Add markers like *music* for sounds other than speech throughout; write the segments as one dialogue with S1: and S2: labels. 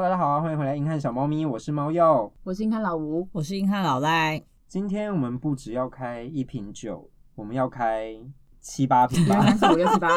S1: 啊汉小猫咪，我是猫鼬。
S2: 我是硬汉老吴，
S3: 我是硬汉老赖，
S1: 今天我们不只要开一瓶酒，我们要开七八瓶
S2: 一 *laughs* 二
S1: 吧
S2: 三。四五六七八，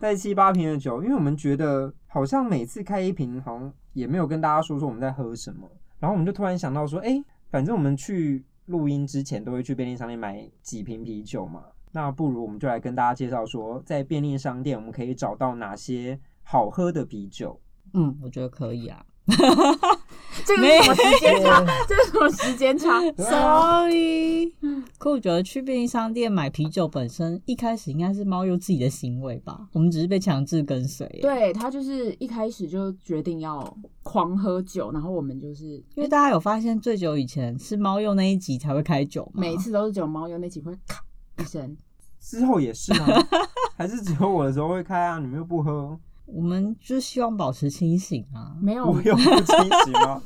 S1: 带七八瓶的酒，因为我们觉得好像每次开一瓶，好像也没有跟大家说说我们在喝什么。然后我们就突然想到说，哎、反正我们去录音之前都会去便利商店买几瓶啤酒嘛，那不如我们就来跟大家介绍说，在便利商店我们可以找到哪些好喝的啤酒。
S3: 嗯，我觉得可以啊。
S2: 这个是什么时间 *laughs* 差？这是什么时间 *laughs* 差？
S1: 对啊
S3: Sorry，可我觉得去便利商店买啤酒本身一开始应该是猫又自己的行为吧，我们只是被强制跟随。，
S2: 对他就是一开始就决定要狂喝酒，然后我们就是
S3: 因为大家有发现醉酒以前是猫又那一集才会开酒吗？
S2: 每次都是只有猫有那几会咔一声，
S1: 之后也是啊，还是只有我的时候会开啊，你们又不喝，
S3: 我们就希望保持清醒啊。
S2: 没有
S1: 我。有不清醒吗？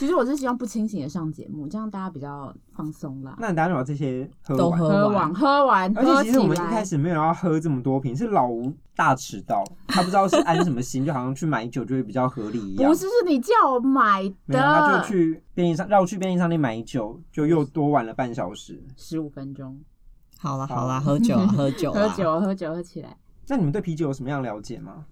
S2: 其实我是希望不清醒的上节目，这样大家比较放松啦。
S1: *laughs* 那你打算把这些喝
S3: 都
S1: 完
S3: 喝
S2: 喝
S3: 完
S2: 完，喝完，
S1: 而且
S2: 喝
S1: 其
S2: 起
S1: 实我们一开
S2: 来。
S1: 始没有要喝这么多瓶，是老吴大迟到，
S2: *laughs*
S1: 他不知道是安什么心，就好像去买酒就会比较合理一样。
S2: 不是，是你叫我买
S1: 没有，他
S2: 的
S1: 就，去便利商绕去便利商店买酒，就又多玩了半小时。
S2: 十五分钟，
S3: 好啦
S1: 好
S3: 好啦，喝酒啊喝酒
S2: 喝
S3: 啊，
S2: 酒，喝酒，喝起来。
S1: 那你们对啤酒有什么样的了解吗？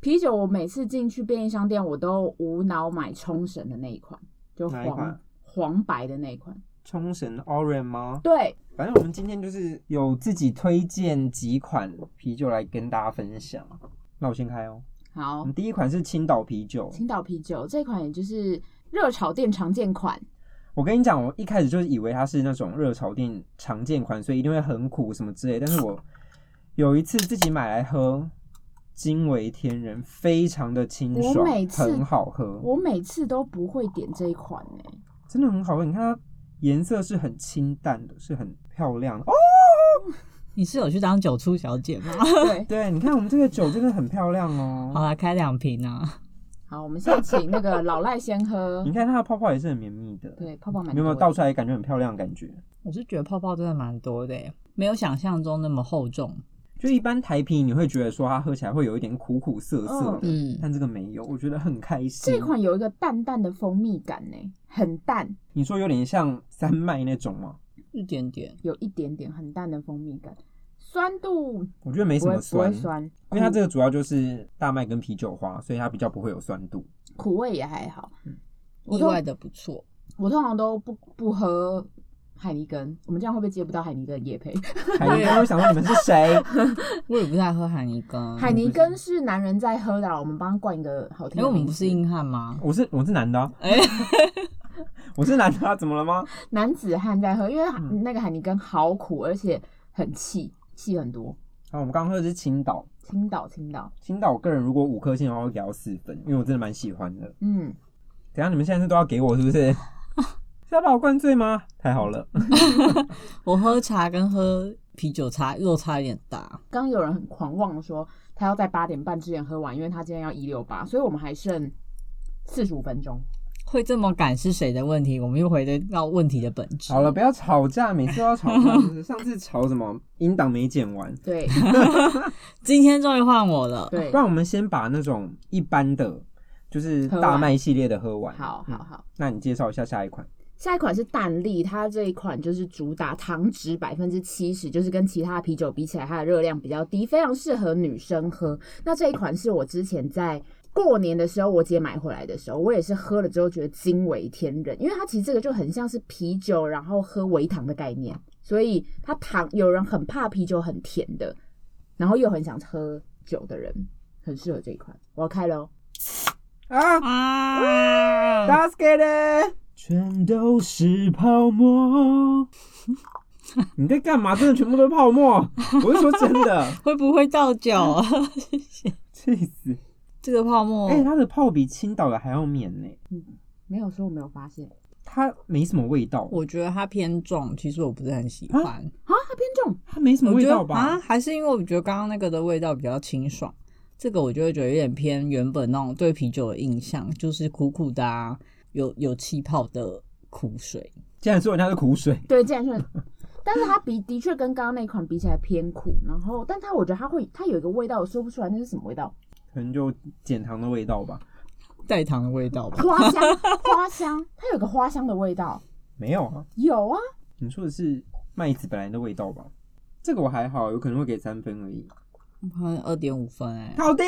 S2: 啤酒我每次进去便利商店，我都无脑买冲绳的那一款，就
S1: 哪一款
S2: 黄黄白的那一款。
S1: 冲绳 Orange 吗？
S2: 对，
S1: 反正我们今天就是有自己推荐几款啤酒来跟大家分享。那我先开哦。我
S2: 好
S1: 们，第一款是青岛啤酒，
S2: 青岛啤酒这款也就是热炒店常见款，
S1: 我跟你讲，我一开始就是以为它是那种热炒店常见款，所以一定会很苦什么之类。但是我有一次自己买来喝，惊为天人，非常的清
S2: 我
S1: 爽
S2: 每，次
S1: 很好喝，
S2: 我每次都不会点这一款欸呢、
S1: 真的很好喝。你看它颜色是很清淡的，是很漂亮的哦。
S3: 你是有去当酒促小姐吗？
S2: 对，
S1: 对，你看我们这个酒真的很漂亮
S3: 好
S1: 哦。
S3: 啦，开两瓶啊。
S2: 好，我们现在请那
S1: *laughs*
S2: 个老赖先喝
S1: 你。看它的泡泡也是很绵密的，
S2: 对，泡泡蛮
S1: 嗯你有没
S2: 多
S1: 有
S2: 的
S1: 倒出来感觉很漂亮的感觉？
S3: 我是觉得泡泡真的蛮多的耶，没有想象中那么厚重。
S1: 就一般台啤你会觉得说它喝起来会有一点苦苦涩涩的，
S3: 嗯
S1: 但这个没有，我觉得很开心。
S2: 这款有一个淡淡的蜂蜜感呢、很淡，
S1: 你说有点像三麦那种吗？
S3: 一点点，
S2: 有一点点很淡的蜂蜜感，酸度
S1: 我觉得没
S2: 不
S1: 什
S2: 会
S1: 么
S2: 不会
S1: 酸，
S2: 酸，
S1: 因为它这个主要就是大麦跟啤酒花，所以它比较不会有酸
S2: *laughs*
S1: 度。
S2: 苦味也还好。我
S3: 意
S2: 都
S3: 外的不错。
S2: 我通常都不不喝海尼根，我们这样会不会接不到海尼根夜配？
S3: 哦
S1: 海尼根会想说你们是谁？
S3: 我也不太喝海尼
S2: *laughs*
S3: 根，
S2: 海尼根是男人在喝的啊啦，我们帮他冠一个好听的
S3: 因为哎我们
S2: 名
S3: 不
S2: 字。
S3: 是硬汉吗？
S1: 我是我是男的、啊，
S3: 哎、
S1: *laughs* 我是男的、啊，怎么了吗？
S2: 男子汉在喝，因为
S1: 嗯
S2: 那个海尼根好苦，而且很气，气很多。
S1: 好，我们刚刚喝的是青岛，
S2: 青岛，青岛，
S1: 青岛我个人如果五颗星的话会给到四分，因为我真的蛮喜欢的。
S2: 嗯，
S1: 等一下你们现在是都要给我是不
S2: *laughs*
S1: 是？是要把我灌醉吗？太好了，
S3: 我喝茶跟喝啤酒差落差有点大，
S2: 刚有人很狂妄地说他要在八点半之前喝完，因为他今天要一六八，所以我们还剩四十五分钟。
S3: 会这么赶是谁的问题？我们又回到问题的本质。
S1: 好了，，不要吵架，每次都要吵
S2: *laughs*
S1: 架，是不是上次吵什么音档没剪完，
S3: *laughs*
S2: 对
S3: 今天终于换我了。
S2: 对
S1: 不，然我们先把那种一般的，就是
S2: 喝完
S1: 大麦系列的喝完。
S2: 好
S1: 嗯
S2: 好好。
S1: 那你介绍一下下一款。
S2: 下一款是蛋力，它这一款就是主打糖脂百分之七十，就是跟其他的啤酒比起来，它的热量比较低，非常适合女生喝。那这一款是我之前在过年的时候，我姐买回来的时候，我也是喝了之后觉得惊为天人，因为它其实这个就很像是啤酒，然后喝微糖的概念，所以它糖有人很怕啤酒很甜的，然后又很想喝酒的人，很适合这一款。我要开哦喽，
S1: 啊
S3: 啊！
S1: ，Dasket 嘞，全都是泡沫。 *laughs* 你在干嘛？真的全部都是泡沫？我是说真
S3: *laughs*
S1: 的，
S3: 会不会倒酒啊？
S1: 气死！
S3: *laughs* 这个泡沫，
S1: 哎、它的泡比青岛的还要绵呢、
S2: 没有说我没有发现
S1: 它没什么味道，
S3: 我觉得它偏重，其实我不是很喜欢。
S2: 啊，它偏重，
S1: 它没什么
S3: 我
S1: 味
S3: 觉
S1: 道
S3: 得
S1: 吧？
S3: 啊，还是因为我觉得刚刚那个的味道比较清爽，这个我就会觉得有点偏原本那种对啤酒的印象，就是苦苦的、啊，有有气泡的苦水。
S1: 竟然说人家是苦水，
S2: 对，竟然是，但是它比的确跟刚刚那款比起来偏苦，然后，但它我觉得它会，它有一个味道，我说不出来那是什么味道，
S1: 可能就减糖的味道吧。
S3: 代糖的味道吧？
S2: 花香，花香，它有个花香的味道，
S1: 没有啊，
S2: 有啊，
S1: 你说的是麦子本来的味道吧？这个我还好，有可能会给三分而已，
S3: 好像二点五分哎、
S1: 好低。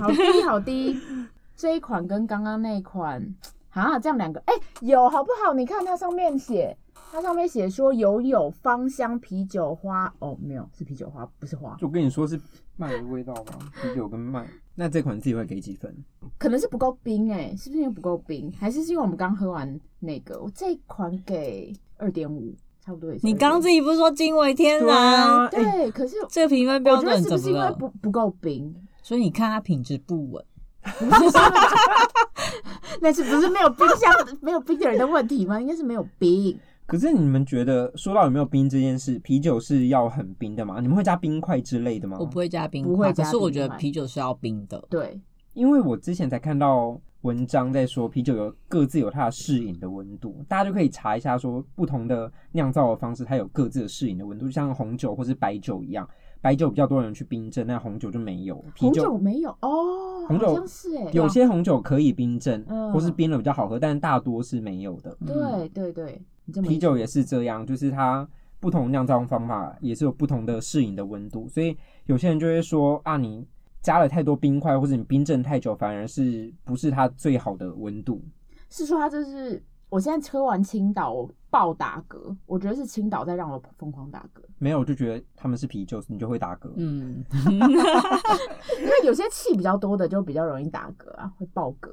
S2: 好低好低。这一款跟刚刚那一款，啊，这样两个，哎、有好不好？你看它上面写，它上面写说有有芳香啤酒花，哦，没有，是啤酒花，不是花，
S1: 就跟你说是麦的味道吧，啤酒跟麦。那这款自己会给几分？
S2: 可能是不够冰、哎，是不是因为不够冰？还是是因为我们刚喝完那个？我这一款给二点五，差不多也是2.5。
S3: 你刚刚自己不是说惊为天
S1: 对
S3: 然？
S1: 啊，哎、
S2: 对，可是
S3: 这个评分标
S2: 我觉得
S3: 准
S2: 是不
S3: 怎
S2: 是
S3: 么
S2: 因为
S3: 了？
S2: 不不够冰？ *laughs*
S3: 所以你看它品质不稳，
S2: 那是不是没有冰箱没有冰的人的问题吗？应该是没有冰。
S1: 可是你们觉得说到有没有冰这件事，啤酒是要很冰的吗？你们会加冰块之类的吗？
S3: 我不会加冰
S2: 不会
S3: 块，
S2: 加
S3: 可是我觉
S2: 冰
S3: 得
S2: 块
S3: 啤酒是要冰的。
S2: 对，
S1: 因为我之前才看到文章在说啤酒有各自有它的适饮的温度，大家就可以查一下说不同的酿造的方式，它有各自的适饮的温度，就像红酒或是白酒一样，白酒比较多人去冰镇，那红酒就没有。啤
S2: 红
S1: 酒
S2: 酒没有哦，
S1: 红酒
S2: 好像是哎、
S1: 有些红酒可以冰镇，
S2: 嗯
S1: 或是冰了比较好喝，但大多是没有的。
S2: 对对对，你这
S1: 嗯
S2: 么
S1: 啤
S2: 一说
S1: 酒也是这样，就是它不同酿造方法也是有不同的适应的温度，所以有些人就会说啊，你加了太多冰块，或者你冰镇太久，反而是不是它最好的温度？
S2: 是说它就是我现在喝完青岛，我暴打嗝，我觉得是青岛在让我疯狂打嗝，
S1: 没有，我就觉得他们是啤酒，你就会打嗝。
S3: 嗯，
S2: 因为有些气比较多的就比较容易打嗝啊，会爆嗝。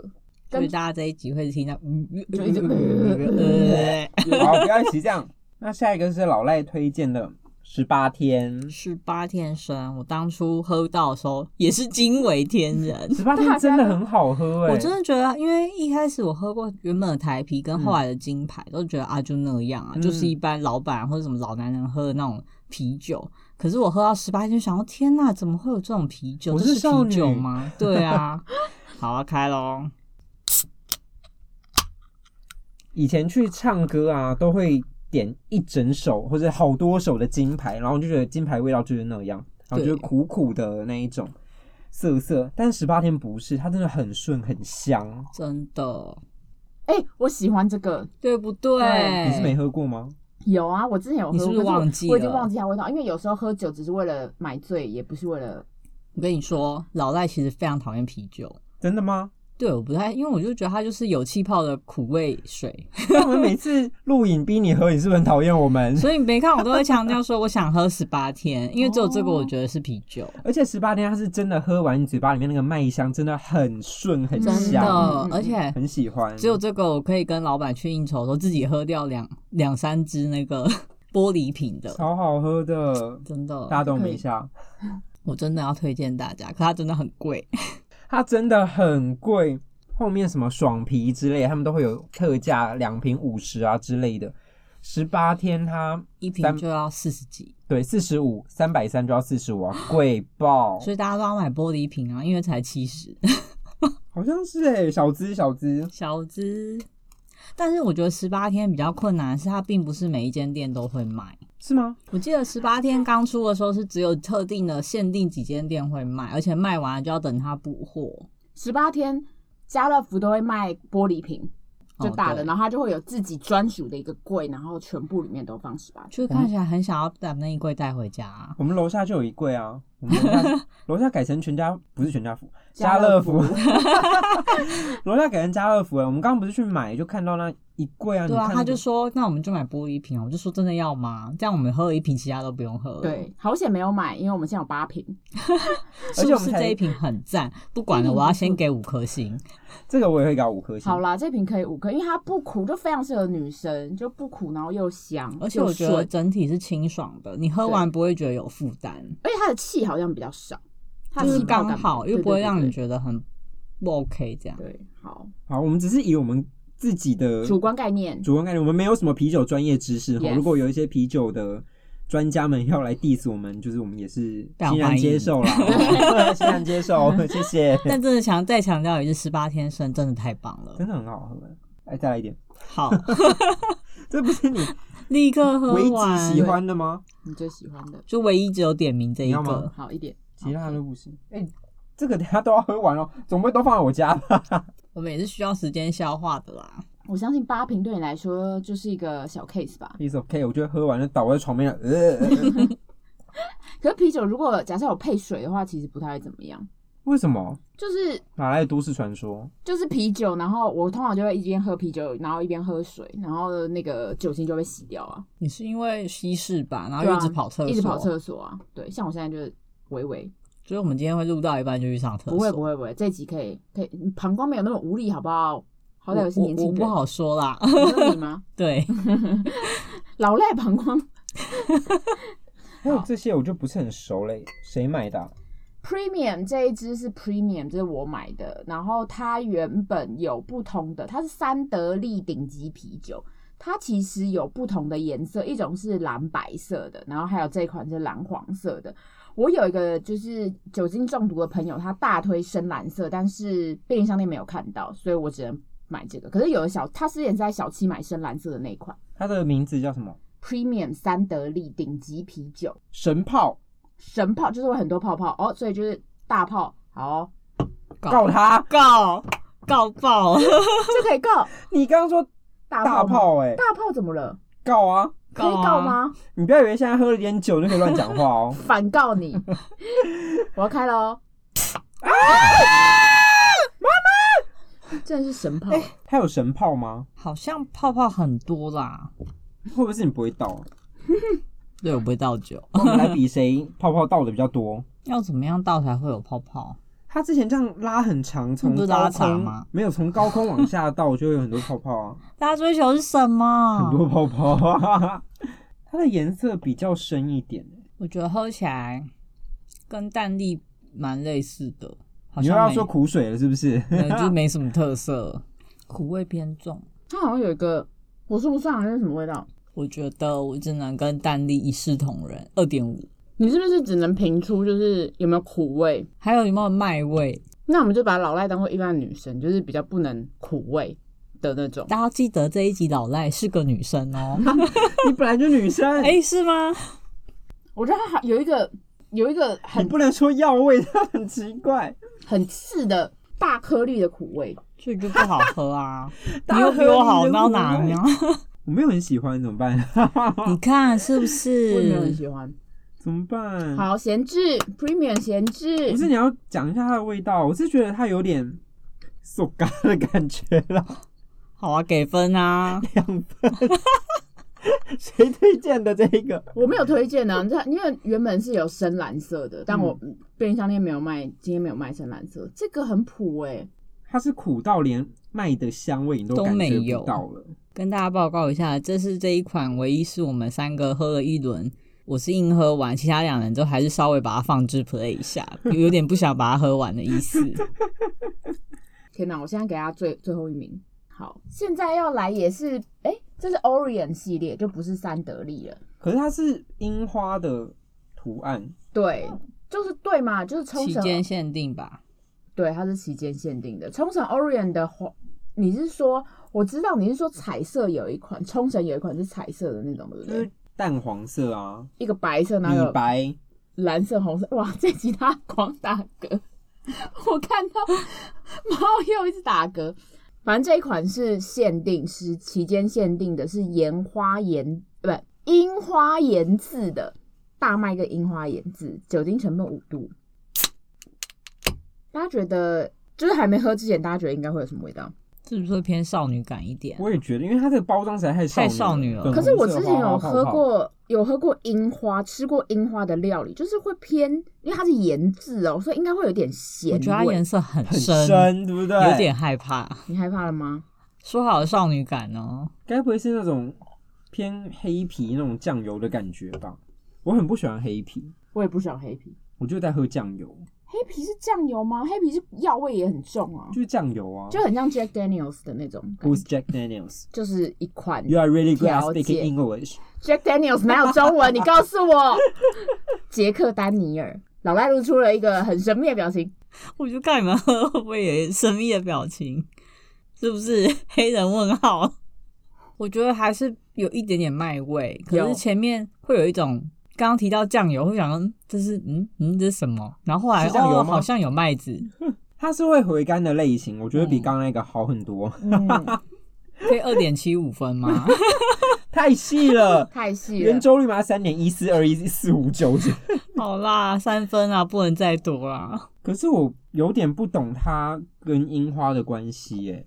S3: 所以大家这一集会听到，嗯，
S2: 就一直
S3: 呃，
S1: 好，不要一起这样。那下一个是老赖推荐的十八天，
S3: 是八天生。我当初喝到的时候也是惊为天人，
S1: 十八天真的很好喝哎、
S3: 啊我真的觉得，因为一开始我喝过原本的台啤跟后来的金牌，都觉得啊就那样啊，
S1: 嗯
S3: 就是一般老板或者什么老男人喝的那种啤酒。可是我喝到十八天，想到天呐，怎么会有这种啤酒？
S1: 我
S3: 这
S1: 是
S3: 是
S1: 少
S3: 啤
S1: 女
S3: 酒吗？对啊，好啊，开喽。
S1: 以前去唱歌啊，都会点一整首或者好多首的金牌，然后就觉得金牌味道就是那样，然后就是
S3: 对
S1: 苦苦的那一种涩涩。但十八天不是，它真的很顺很香。
S3: 真的，
S2: 哎、我喜欢这个，
S3: 对不对？
S2: 对
S1: 你是没喝过吗？
S2: 有啊，我之前有喝
S3: 你是
S2: 过，
S3: 不是
S2: 可我
S3: 忘记
S2: 我已经
S3: 了
S2: 忘记它味道，因为有时候喝酒只是为了买醉，也不是为了
S3: 我跟你说，老赖其实非常讨厌啤酒。
S1: 真的吗？
S3: 对，我不太，因为我就觉得它就是有气泡的苦味水，
S1: 那我们每次录影逼你喝，你是不是很讨厌我 *laughs* 们？
S3: 所以你没看我都会强调说我想喝十八天，因为只有这个我觉得是啤酒。
S2: 哦
S1: 而且十八天它是真的喝完，你嘴巴里面那个麦香真的很顺很
S2: 真
S3: 真的
S1: 香，
S2: 嗯嗯嗯，
S3: 而且
S1: 很喜欢。
S3: 只有这个我可以跟老板去应酬的时候自己喝掉两两三支那个 *laughs* 玻璃瓶的，
S1: 超好喝的，
S3: 真的
S1: 大，家懂我们一下。
S3: 我真的要推荐大家，可它真的很
S1: *laughs*
S3: 贵，
S1: 它真的很贵。后面什么爽皮之类，他们都会有特价，两瓶五十啊之类的。十八天它
S3: 一
S1: 三
S3: 瓶就要四十几，
S1: 对四十五，三百三就要四十五啊，贵爆！
S3: 所以大家都要买玻璃瓶啊，因为才
S2: *laughs*
S3: 七十。
S1: 好像是哎、小资小资，
S3: 小资。但是我觉得十八天比较困难，是它并不是每一间店都会卖。
S1: 是吗？
S3: 我记得十八天刚出的时候，是只有特定的限定几间店会卖，而且卖完了就要等它补货。
S2: 十八天家乐福都会卖玻璃瓶，就
S3: 哦
S2: 大的，
S3: 对
S2: 然后它就会有自己专属的一个柜，然后全部里面都放十八天。
S3: 就看起来很想要把那一柜带回家、啊。
S1: 我们楼下就有一柜啊，我们楼
S3: *laughs*
S1: 下楼下改成全家，不是全家福，
S2: 家
S1: 家
S2: 乐
S1: 乐
S2: 福
S1: 福。楼下改成家乐福哎、我们刚刚不是去买就看到那一柜啊，
S3: 对
S1: 你
S3: 啊，
S1: 看
S3: 他就说那我们就买玻璃瓶啊，我就说真的要吗？这样我们喝一瓶，其他都不用喝了。，
S2: 对，好险没有买，因为我们现在有八瓶。
S1: 而
S3: 是
S1: 且
S3: 不
S1: 我
S3: 是
S1: 们
S3: 这一
S1: 才
S3: 瓶很赞？不管了，
S2: 嗯
S3: 我要先给五颗星。
S1: 这个我也会搞五颗星，
S2: 好啦，这瓶可以五颗，因为它不苦，就非常适合女生，就不苦，然后又香，
S3: 而且
S2: 又
S3: 我觉得
S2: 顺
S3: 整体是清爽的，你喝完不会觉得有负担。
S2: 而且它的气好像比较少，它
S3: 就
S2: 的
S3: 是
S2: 气泡
S3: 刚
S2: 感
S3: 好，
S2: 比较
S3: 又不会让你
S2: 对
S3: 觉得很不 OK 这样。
S2: 对对对对，好，
S1: 好，我们只是以我们自己的
S2: 主观概念，
S1: 主观概念，我们没有什么啤酒专业知识哈。
S2: Yes
S1: 如果有一些啤酒的专家们要来 diss 我们，就是我们也是
S3: 非常
S1: 欣然
S3: 欢迎
S1: 接受
S2: *laughs*
S1: 啦，欣然接受，谢谢。
S3: 但真的强再强调一次，十八天生真的太棒了。
S1: 真的很好喝，哎，再来一点，
S3: 好，
S1: 这不是你
S3: 立刻喝
S1: 唯一
S3: 完
S1: 喜。欢的吗？
S2: 你最喜欢的，
S3: 就唯一只有点名这一
S1: 你要吗
S3: 个，
S2: 好一点。
S1: 其他的都不是。哎，这个等下都要喝完哦，总不会都放在我家吧？
S3: 我们也是需要时间消化的啦。
S2: 我相信八瓶对你来说就是一个小 case 吧。
S1: It's OK，我觉得喝完就倒在床边了，
S2: *laughs*
S1: 呃，
S2: 可是啤酒如果假设有配水的话，其实不太会怎么样。
S1: 为什么？
S2: 就是
S1: 哪来的都市传说？
S2: 就是啤酒，然后我通常就会一边喝啤酒，然后一边喝水，然后那个酒精就被洗掉啊。
S3: 你是因为稀释吧，然后
S2: 对
S3: 又
S2: 啊
S3: 一直跑厕所，
S2: 一直跑厕所啊。对，像我现在就是微微，
S3: 所以我们今天会录到一半就去上厕所。
S2: 不会不会不会，这集可以可以，你膀胱没有那么无力好不好？好歹
S3: 我
S2: 有是
S3: 我
S2: 年
S3: 我
S2: 轻人，
S3: 不好 *laughs* 说啦。
S2: 是你吗？
S3: 对，
S2: 老赖膀胱
S1: 还有哎这些我就不是很熟嘞，谁买的啊、
S2: Premium 这一支是 Premium，这是我买的。然后它原本有不同的，它是三得利顶级啤酒，它其实有不同的颜色，一种是蓝白色的，然后还有这一款是蓝黄色的。我有一个就是酒精中毒的朋友，他大推深蓝色，但是便利商店没有看到，所以我只能买这个。可是有的小，他之前在小七买深蓝色的那一款
S1: 它的名字叫什么？
S2: Premium 三得利顶级啤酒，
S1: 神炮
S2: 神泡就是有很多泡泡哦，所以就是大泡好哦、
S1: 告他！
S3: 告告爆 *laughs*
S2: 这可以 *laughs* 告
S1: 你刚刚说
S2: 大
S1: 大
S2: 炮吗
S1: 炮哎、
S2: 大炮怎么了？
S1: 告啊！
S2: 可以告？吗？。
S1: 你不要以为现在喝了点酒就可以乱讲话哦
S3: *laughs*
S2: 反告 *laughs* 你！我要开了哦！妈妈，哎真的是神炮！
S1: 它有神炮吗？
S3: 好像泡泡很多啦。
S1: 会不会是你不会倒啊？
S3: *laughs* 对，我不会倒酒。
S1: 那我们来比谁泡泡倒的比较多。
S3: 要怎么样倒才会有泡泡？
S1: 他之前这样拉很长，从
S3: 不是
S1: 高
S3: 拉
S1: 空
S3: 长吗
S1: 没有从高空往下倒，就会有很多泡泡
S3: *laughs*
S1: 啊，
S3: 大家追求是什么？
S1: 很多泡泡啊。 *laughs* 它的颜色比较深一点，
S3: 我觉得喝起来跟蛋力蛮类似的，好
S1: 你又
S3: 像
S1: 要
S3: 没
S1: 说苦水了是不是？
S3: *laughs* 对就是没什么特色，苦味偏重。
S2: 它好像有一个，我说不上来是什么味道。
S3: 我觉得我只能跟蛋力一视同仁，二点五。
S2: 你是不是只能评出就是有没有苦味？
S3: 还有有没有麦味？
S2: 那我们就把老赖当做一般的女生，就是比较不能苦味的那种。
S3: 大家记得这一集老赖是个女生哦。
S1: *laughs* 你本来就女生，
S3: *laughs* 哎、是吗？
S2: 我觉得它有一个有一个
S1: 你
S2: 很
S1: 不能说药味，它很奇怪。
S2: 很刺的大颗粒的苦味，
S3: 所以就不好喝啊！ *laughs*
S1: 大
S3: 你
S1: 家
S3: 又
S1: 喝
S3: 比我好到哪
S1: 你
S3: 呢
S1: 的？我没有很喜欢，怎么办？ *laughs*
S3: 你看是不 *laughs*
S2: 我也没有很
S3: 是？
S2: 喜欢。
S1: 怎么办？
S2: 好，闲置 Premium 闲置，
S1: 不是你要讲一下它的味道，我是觉得它有点塑嘎的感觉
S2: *laughs*
S1: 啦，
S3: 好啊，给分啊！
S1: 两分。谁推荐的这一个？
S2: 我没有推荐啊，这因为原本是有深蓝色的，但我便利商店没有卖，今天没有卖深蓝色，这个很普哎、
S1: 它是苦到连麦的香味你都
S3: 都
S1: 感
S3: 没
S1: 觉
S3: 有
S1: 不到了。
S3: 跟大家报告一下，这是这一款唯一是我们三个喝了一轮，我是硬喝完，其他两人都还是稍微把它放置 play 一下，有有点不想把它喝完的意思。 *laughs*
S2: 天哪，我现在给他最最后一名。好，现在要来也是哎、这是 Orient 系列，就不是三得利了。
S1: 可是它是樱花的图案，
S2: 对，就是对嘛，就是冲
S3: 期
S2: 绳，
S3: 间限定吧，
S2: 对，它是期间限定的。冲绳 Orient 的黄，你是说我知道你是说彩色有一款，冲绳有一款是彩色的那种，对不
S1: 就是
S2: 对？
S1: 淡黄色啊，
S2: 一个白色，然后有
S1: 米白。
S2: 蓝色、红色，哇！这吉他狂打嗝， *laughs* 我看到猫又一直打嗝。反正这一款是限定，是期间限定的，是岩花岩不樱花盐渍的大麦跟樱花盐渍，酒精成分五度。大家觉得，就是还没喝之前，大家觉得应该会有什么味道？
S3: 是不是会偏少女感一点？
S1: 我也觉得，因为它这个包装实在太少
S3: 太少女了
S1: 粉
S2: 可
S1: 红
S2: 是
S1: 色
S2: 我之前有
S1: 花花
S2: 喝
S1: 泡泡
S2: 过，有喝过樱花，吃过樱花的料理，就是会偏，因为它是盐渍哦，所以应该会有点咸
S3: 我
S2: 味。
S3: 觉得它颜色很
S1: 很
S3: 深，
S1: 深，对不对？
S3: 有点害怕。
S2: 你害怕了吗？
S3: 说好的少女感哦呢？
S1: 该不会是那种偏黑啤那种酱油的感觉吧？我很不喜欢黑啤，
S2: 我也不喜欢黑啤。
S1: 我就在喝酱油，
S2: 黑啤是酱油吗？黑啤是药味也很重啊，
S1: 就是酱油啊。
S2: 就很像 Jack Daniels 的那种感觉
S1: Who's Jack Daniels?
S2: 就是一款
S1: You are really good at
S2: 调解
S1: speaking English。
S2: Jack Daniels 哪有中文？你告诉我， *laughs* 杰克丹尼尔。老赖露出了一个很神秘的表情，
S3: 我就看你们喝会不会有神秘的表情，是不是黑人问号？我觉得还是有一点点麦味，可
S2: 有
S3: 是前面会有一种刚刚提到酱油，会想说这是嗯嗯这是什么？然后后来
S1: 是酱油
S3: 哦
S1: 吗
S3: 好像有麦子，
S1: 它是会回甘的类型，我觉得比
S3: 嗯
S1: 刚刚那个好很多，
S2: 嗯，。
S3: 可以二点七五分吗？
S1: *laughs*
S3: *laughs*
S1: 太细了
S2: 太 *laughs* 细了
S1: 圆。周率嘛，三点一四二一四五九九。
S3: 好啦，三分啊，不能再多啦。
S1: 可是我有点不懂它跟樱花的关系耶。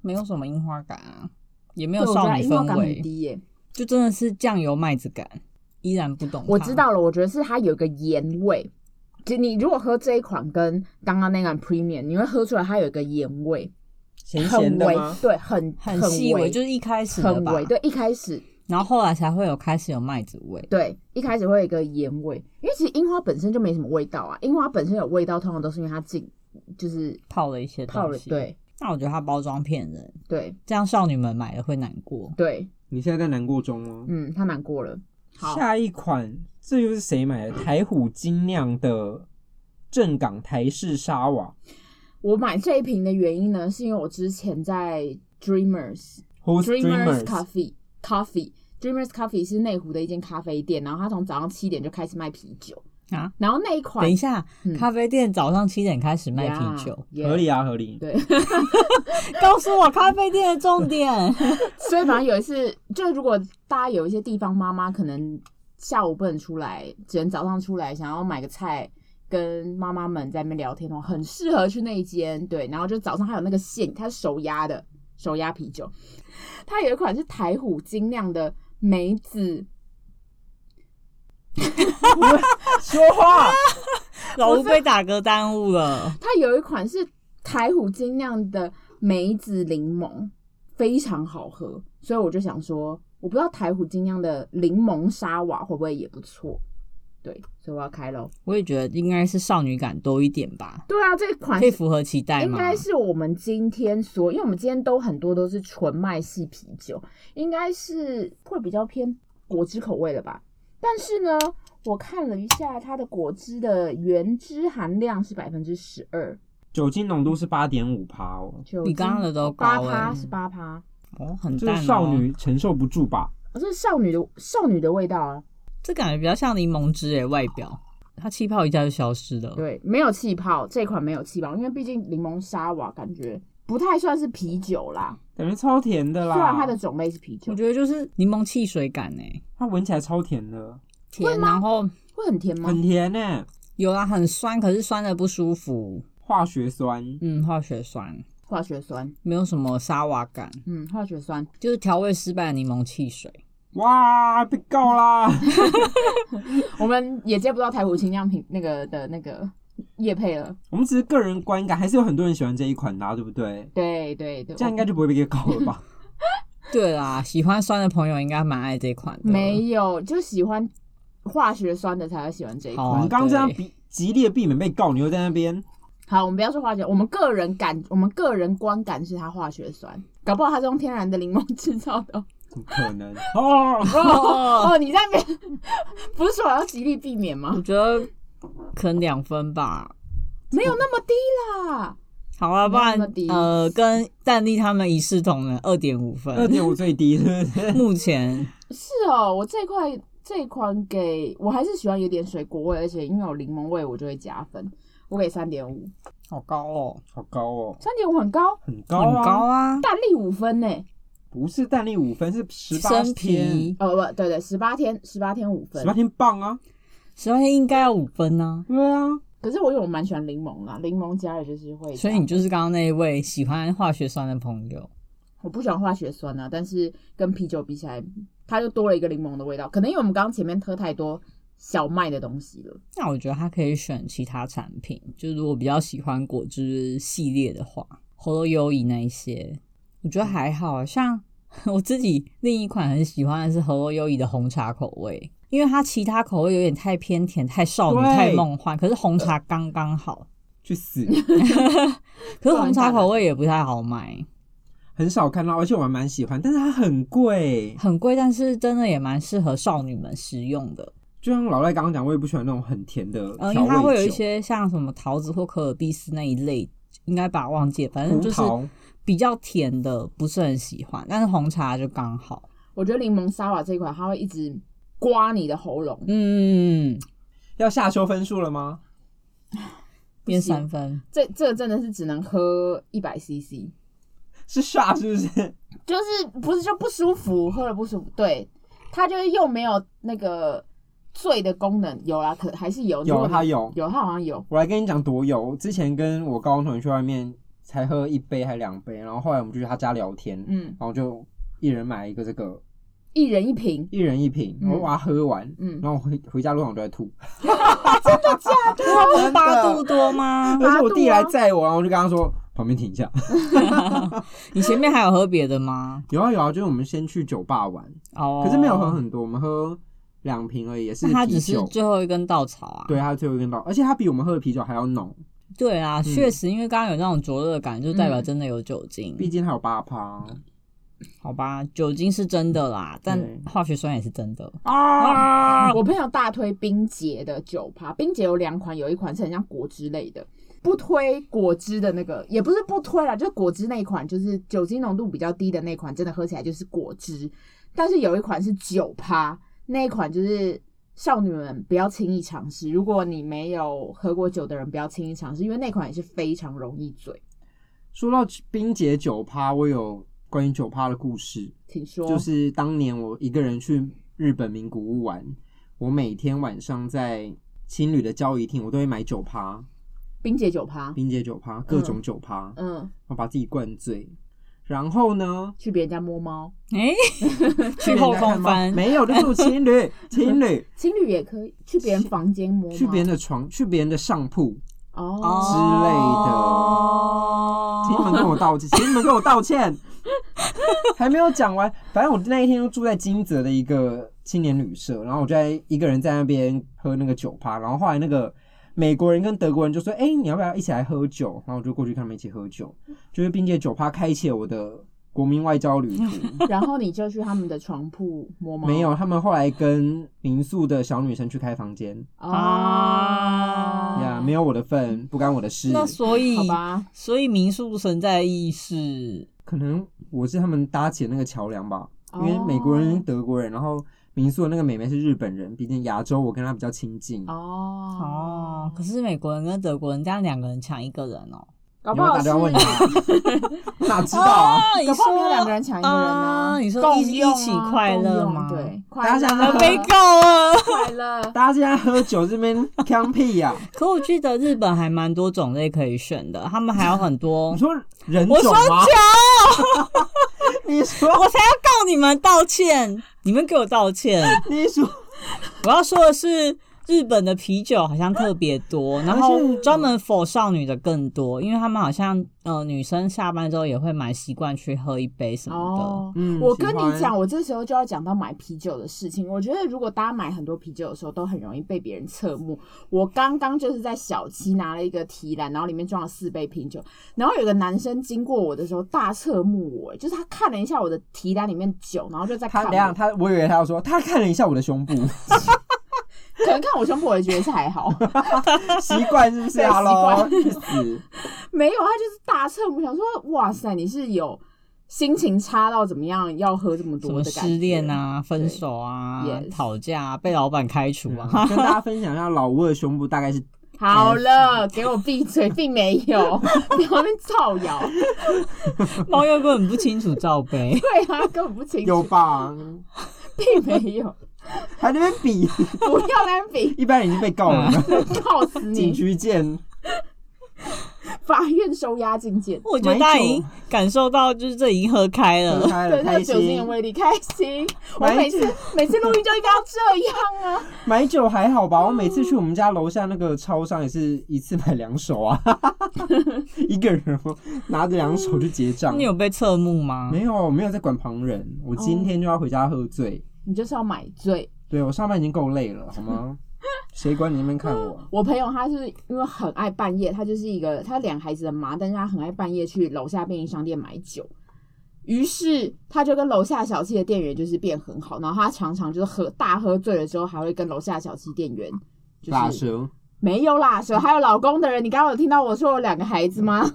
S3: 没有什么樱花感啊，也没
S2: 对
S3: 有
S2: 我觉
S3: 少
S2: 得
S3: 女
S2: 樱花感
S3: 氛
S2: 很
S3: 围，
S2: 低耶、
S3: 就真的是酱油麦子感，依然不懂它。
S2: 我知道了，我觉得是它有一个盐味。就你如果喝这一款跟刚刚那款 Premium，你会喝出来它有一个盐味，
S1: 咸
S2: 很
S1: 咸的
S2: 微
S1: 吗？，
S2: 对，很
S3: 很细微，
S2: 微，
S3: 就是一开始的
S2: 很
S3: 吧。
S2: 微。对，一开始
S3: 然后后来才会有开始有麦子味。
S2: 对，一开始会有一个盐味，因为其实樱花本身就没什么味道啊，樱花本身有味道，通常都是因为它浸，就是
S3: 泡了一些
S2: 泡
S3: 东
S2: 了，
S3: 西，。
S2: 对
S3: 那我觉得它包装骗人，
S2: 对
S3: 这样少女们买了会难过。
S2: 对，
S1: 你现在在难过中吗？
S2: 嗯，他难过了。好，
S1: 下一款，这又是谁买的？台虎精酿的正港台式沙瓦
S2: 我买这一瓶的原因呢，是因为我之前在 Dreamers
S1: ，Who's
S3: 哦
S1: Dreamers？
S2: Dreamers Coffee Coffee Dreamers Coffee 是内湖的一间咖啡店，然后他从早上七点就开始卖啤酒
S3: 啊。
S2: 然后那一款
S3: 等一下，
S2: 嗯
S3: 咖啡店早上七点开始卖啤酒，
S2: Yeah，yeah
S1: 合理啊，合
S2: *laughs*
S1: 理。
S2: 对，
S3: 告诉我咖啡店的
S2: *laughs*
S3: 重点。
S2: 所以反正有一次，就如果大家有一些地方妈妈可能下午不能出来，只能早上出来，想要买个菜。跟妈妈们在那边聊天哦，很适合去那一间，对，然后就早上还有那个现，它是手压的手压啤酒，它有一款是台虎精酿的梅子
S1: 说话，
S3: 老吴被打嗝耽误了，
S2: 它有一款是台虎精酿的梅子柠檬，非常好喝，所以我就想说，我不知道台虎精酿的柠檬沙瓦会不会也不错，对，所以我要开喽。
S3: 我也觉得应该是少女感多一点吧，
S2: 对啊，这款
S3: 可以
S2: 是
S3: 符合期待
S2: 应
S3: 吗？
S2: 该是我们今天所，因为我们今天都很多都是纯麦系啤酒，应该是会比较偏果汁口味了吧。但是呢，我看了一下它的果汁的原汁含量是百分之十二，
S1: 酒精浓度是八点五趴哦，
S2: 就
S3: 比刚刚的都
S2: 八
S3: 高
S2: 趴
S3: 哎、
S2: 是八趴，
S3: 哦，很
S1: 这
S3: 淡、哦
S1: 个。少女承受不住吧？
S2: 哦这是少女的少女的味道啊，
S3: 这感觉比较像柠檬汁诶、外表它气泡一下就消失
S1: 嗯
S3: 了。
S2: 对，没有气泡，这款没有气泡，因为毕竟柠檬沙瓦感觉不太算是啤酒啦，
S1: 感觉超甜的
S2: 虽
S1: 啦，
S3: 啊
S2: 然它的种类是啤酒
S3: 我，觉得就是柠檬汽水感诶、
S1: 它闻起来超甜的，
S2: 会
S3: 甜，
S2: 吗
S3: 然后
S2: 会很甜吗？
S1: 很甜呢、
S3: 有啦，很酸，可是酸的不舒服。
S1: 化学酸。
S3: 嗯，化学酸，
S2: 化学酸，
S3: 没有什么沙瓦感，
S2: 嗯，化学酸，
S3: 就是调味失败的柠檬汽水。
S1: 哇，被告
S3: *laughs*
S1: 啦！
S2: 我们也接不到台虎清酿品那个的那个叶配了，
S1: 我们只是个人观感，还是有很多人喜欢这一款啦、对不对？
S2: 对对对，哦
S1: 这样应该就不会被告了吧？
S3: 对啦，喜欢酸的朋友应该蛮爱这款的。
S2: 没有，就喜欢化学酸的才会喜欢这一款。
S1: 我
S3: *laughs* 哦
S1: 们刚刚这样
S3: 对
S1: 比极力的避免被告，你又在那边。
S2: 好，我们不要说化学，我们个人感，我们个人观感是它化学酸，搞不好它是用天然的柠檬制造的哦。
S1: 不可
S3: *laughs*
S1: 能哦！
S3: 哦，嗯
S2: 哦，你在那边不是说我要极力避免吗
S3: 我？觉得可能两分吧。
S2: 没有那么低啦，
S3: 好啊，不然
S2: 没有那么低
S3: 呃，跟蛋力他们一视同仁，二点五
S1: 二
S3: 分。
S1: 点五最低，是不是？
S3: 目前
S2: 是哦，我这块这一款给我还是喜欢有点水果味，而且因为有柠檬味，我就会加分。我给三点五，
S3: 好高哦，
S1: 好高哦，
S2: 三点五很高，
S1: 很高、
S3: 很
S1: 啊，
S3: 高啊，
S2: 蛋力五分呢。
S1: 不是弹力五分，是十八
S3: 生
S1: 天，
S3: 皮
S2: 哦不对对，十八天十八天五分
S1: 十八。天棒啊！
S3: 十八天应该要五分呢、
S1: 对啊，
S2: 可是我有蛮喜欢柠檬啦，柠檬加了就是会。
S3: 所以你就是刚刚那一位喜欢化学酸的朋友。
S2: 我不喜欢化学酸啊，但是跟啤酒比起来，它就多了一个柠檬的味道。可能因为我们刚刚前面喝太多小麦的东西了。
S3: 那我觉得他可以选其他产品，就如果比较喜欢果汁系列的话，喉咙优怡那一些，我
S1: 嗯
S3: 觉得还好啊像 *laughs* 我自己另一款很喜欢的是喉咙优怡的红茶口味，因为它其他口味有点太偏甜、太少女、
S1: 对
S3: 太梦幻，可是红茶刚刚好。
S1: 去死！
S3: 可是红茶口味也不太好买，
S1: 很少看到，而且我还蛮喜欢，但是它很贵。
S3: 很贵，但是真的也蛮适合少女们食用的。
S1: 就像老赖刚刚讲，我也不喜欢那种很甜的
S3: 呃，因
S1: 调
S3: 为它会有
S1: 味
S3: 一
S1: 酒。
S3: 些像什么桃子或可尔必斯那一类，应该把它忘记了，反正
S1: 葡
S3: 就是
S1: 萄
S3: 比较甜的，不是很喜欢。但是红茶就刚好，
S2: 我觉得柠檬沙瓦这一款，它会一直刮你的喉咙。
S3: 嗯，
S1: 要下修分数了吗？
S3: 变三分，
S2: 这这真的是只能喝一百 CC，
S1: 是傻是不是？ *laughs*
S2: 就是不是就不舒服，喝了不舒服。对，它就是又没有那个醉的功能，有啦，可还是有。如
S1: 有
S2: 果
S1: 它有，
S2: 有，它好像有。
S1: 我来跟你讲多有。之前跟我高中同学去外面才喝一杯还两杯，然后后来我们就去他家聊天，
S2: 嗯，
S1: 然后就一人买一个这个，
S2: 一人一瓶。
S1: 一人一瓶，
S2: 嗯
S1: 我把它喝完，
S2: 嗯
S1: 然，后我回回家路上我就在
S3: *laughs*
S1: 吐， *laughs*
S3: 他不是八
S1: 真的
S3: 度多吗？
S1: 而且我弟
S2: 八
S1: 来
S2: 度啊
S1: 载我，然后我就跟他说旁边停一下。
S3: 你前面还有喝别的吗？
S1: 有啊有啊，就是我们先去酒吧玩，
S3: 哦，
S1: 可是没有喝，很多，我们喝两瓶而已，也是
S3: 那他
S1: 啤
S3: 只是
S1: 酒。
S3: 最后一根稻草啊。
S1: 对，他最后一根到，而且他比我们喝的啤酒还要浓，
S3: 对
S1: 嗯
S3: 啊，确实，因为刚刚有那种灼热感，就代表真的有酒精。
S1: 毕竟还有八趴
S3: 好吧，酒精是真的啦，但
S1: 对
S3: 化学酸也是
S1: *laughs*
S3: 真的。
S1: 啊。
S2: 我朋友大推冰杰的酒趴，冰杰有两款，有一款是很像果汁类的，不推果汁的那个，也不是不推啦，就是果汁那一款，就是酒精浓度比较低的那款，真的喝起来就是果汁。但是有一款是酒趴，那一款就是少女们不要轻易尝试，如果你没有喝过酒的人，不要轻易尝试，因为那款也是非常容易醉。
S1: 说到冰姐酒趴，我有关于酒趴的故事，
S2: 请说，
S1: 就是当年我一个人去日本名古屋玩，我每天晚上在青旅的交易厅，我都会买酒趴、
S2: 冰姐酒趴，
S1: 冰姐酒
S3: 嗯
S1: 趴、各种酒趴，然
S2: 嗯，
S1: 后把自己灌醉。然后呢，
S2: 去别人家摸猫，
S3: 哎， *laughs* 去后空翻，
S1: 没有，就是情
S3: *laughs*
S1: 侣，情侣
S2: 情侣也可以去别人房间摸猫，
S1: 去别人的床，去别人的上铺，
S2: 哦。
S1: 之类的
S3: 哦
S1: 请你们跟我道
S3: *laughs*
S1: 歉，请你们跟我道歉。 *laughs* 还没有讲完，反正我那一天就住在金泽的一个青年旅社，然后我就在一个人在那边喝那个酒趴，然后后来那个美国人跟德国人就说：“哎、你要不要一起来喝酒？”然后我就过去跟他们一起喝酒，就是并且酒趴开启了我的国民外交
S3: *laughs*
S1: 旅途。
S2: *laughs* 然后你就去他们的床铺摸猫？
S1: 没有，他们后来跟民宿的小女生去开房间，
S2: 啊
S3: 啊
S1: 呀、没有我的份，不干我的事。
S3: 那所以
S2: 好吧，
S3: 所以民宿存在意识，
S1: 可能我是他们搭起的那个桥梁吧，
S2: 哦
S1: 因为美国人、德国人，然后民宿的那个美眉是日本人，毕竟亚洲我跟她比较亲近。
S2: 哦
S3: 哦，可是美国人跟德国人这样两个人抢一个人哦，
S2: 搞
S1: 你
S2: 不
S1: 有没有
S2: 好
S1: 打
S2: 是
S1: 电话问她，我 *laughs* 哪知道啊？
S3: 啊你
S2: 搞不好没有
S3: 说
S2: 两个人抢一个人
S3: 啊
S2: 呢？
S3: 你说
S2: 共
S3: 一
S2: 用啊
S3: 一起快乐
S2: 共用
S3: 吗
S2: 对，
S1: 大家想
S2: 快
S1: 要
S2: 乐啊
S3: 被告 *laughs* 了。
S2: 快乐。
S1: 大家现在喝酒这边呛屁
S2: *laughs*
S1: 呀、
S3: 可我记得日本还蛮多种类可以选的，他们还有很多。 *laughs*
S1: 你说人
S3: 我说
S1: 种吗？
S3: 酒，
S1: *laughs* 你说，
S3: 我才要告你们道歉，你们给我道歉。
S1: 你说，
S3: 我要说的是，日本的啤酒好像特别多，然后专门 for 少女的更多，因为他们好像呃女生下班之后也会买习惯去喝一杯什么的。
S2: 哦，
S1: 嗯
S2: *laughs* 我跟你
S1: 喜欢
S2: 讲，我这时候就要讲到买啤酒的事情。我觉得如果大家买很多啤酒的时候，都很容易被别人侧目。我刚刚就是在小七拿了一个提篮，然后里面装了四杯啤酒，然后有个男生经过我的时候大侧目我，就是他看了一下我的提篮里面酒，然后就在
S1: 他
S2: 看
S1: 等一下
S2: 我，
S1: 他，我以为他要说，他看了一下我的
S2: *laughs*
S1: 胸部，
S2: 可能看我胸部，我也觉得是还好，
S1: 习惯是不啊是
S2: 对
S1: 哈喽，
S2: *laughs* 习
S1: 去死！
S2: 没有，他就是大侧目，想说哇塞，你是有心情差到怎么样要喝这么
S3: 什
S2: 多
S3: 么
S2: 的感觉？
S3: 失恋啊、分手啊
S2: 对、yes
S3: 吵架、啊、被老板开除
S1: 嗯
S3: 啊，
S1: *laughs* 跟大家分享一下老吴的胸部大概
S2: *laughs*
S1: 是
S2: 好了，给我闭嘴，并没
S1: *laughs*
S2: 有，你旁边造谣。。
S3: *laughs* 猫又根本不清楚罩杯
S2: 对啊，根本不清
S1: 有
S2: 楚，
S1: 吧？
S2: 并没有，
S1: 还在那边比，
S2: 不要单比，
S1: 一般人已经被告了，
S2: 告死
S1: *laughs* 警
S2: 你！
S1: 局见。
S2: 法院收押禁见。
S3: 我觉得大家已经感受到，就是这已经喝开
S1: 喝
S3: 了。
S1: 开了，
S2: 对，那
S1: 开
S2: 个酒精
S1: 心
S2: 的。威力，开心。我
S1: 买
S2: 每
S1: 一
S2: 次
S1: 支
S2: 每次录音就应该要这样啊！
S1: 买酒还好吧？我每次去我们家楼下那个超商也是一次买两手啊， *laughs* 一个人哦拿着两手去结账
S3: 你。有被侧目吗？
S1: 没有，我没有在管旁人。我今天就要回家喝醉。
S2: 你就是要买醉。
S1: 对我上班已经够累了，好 *laughs* 吗？谁管你那边看我？
S2: 我朋友他是因为很爱半夜，他就是一个他两个孩子的妈，但是他很爱半夜去楼下便利商店买酒。于是他就跟楼下小七的店员就是变很好，然后他常常就是喝大喝醉了之后，还会跟楼下小七店员就是
S1: 打蛇
S2: 没有啦，手还有老公的人，你刚刚有听到我说我有两个孩子吗？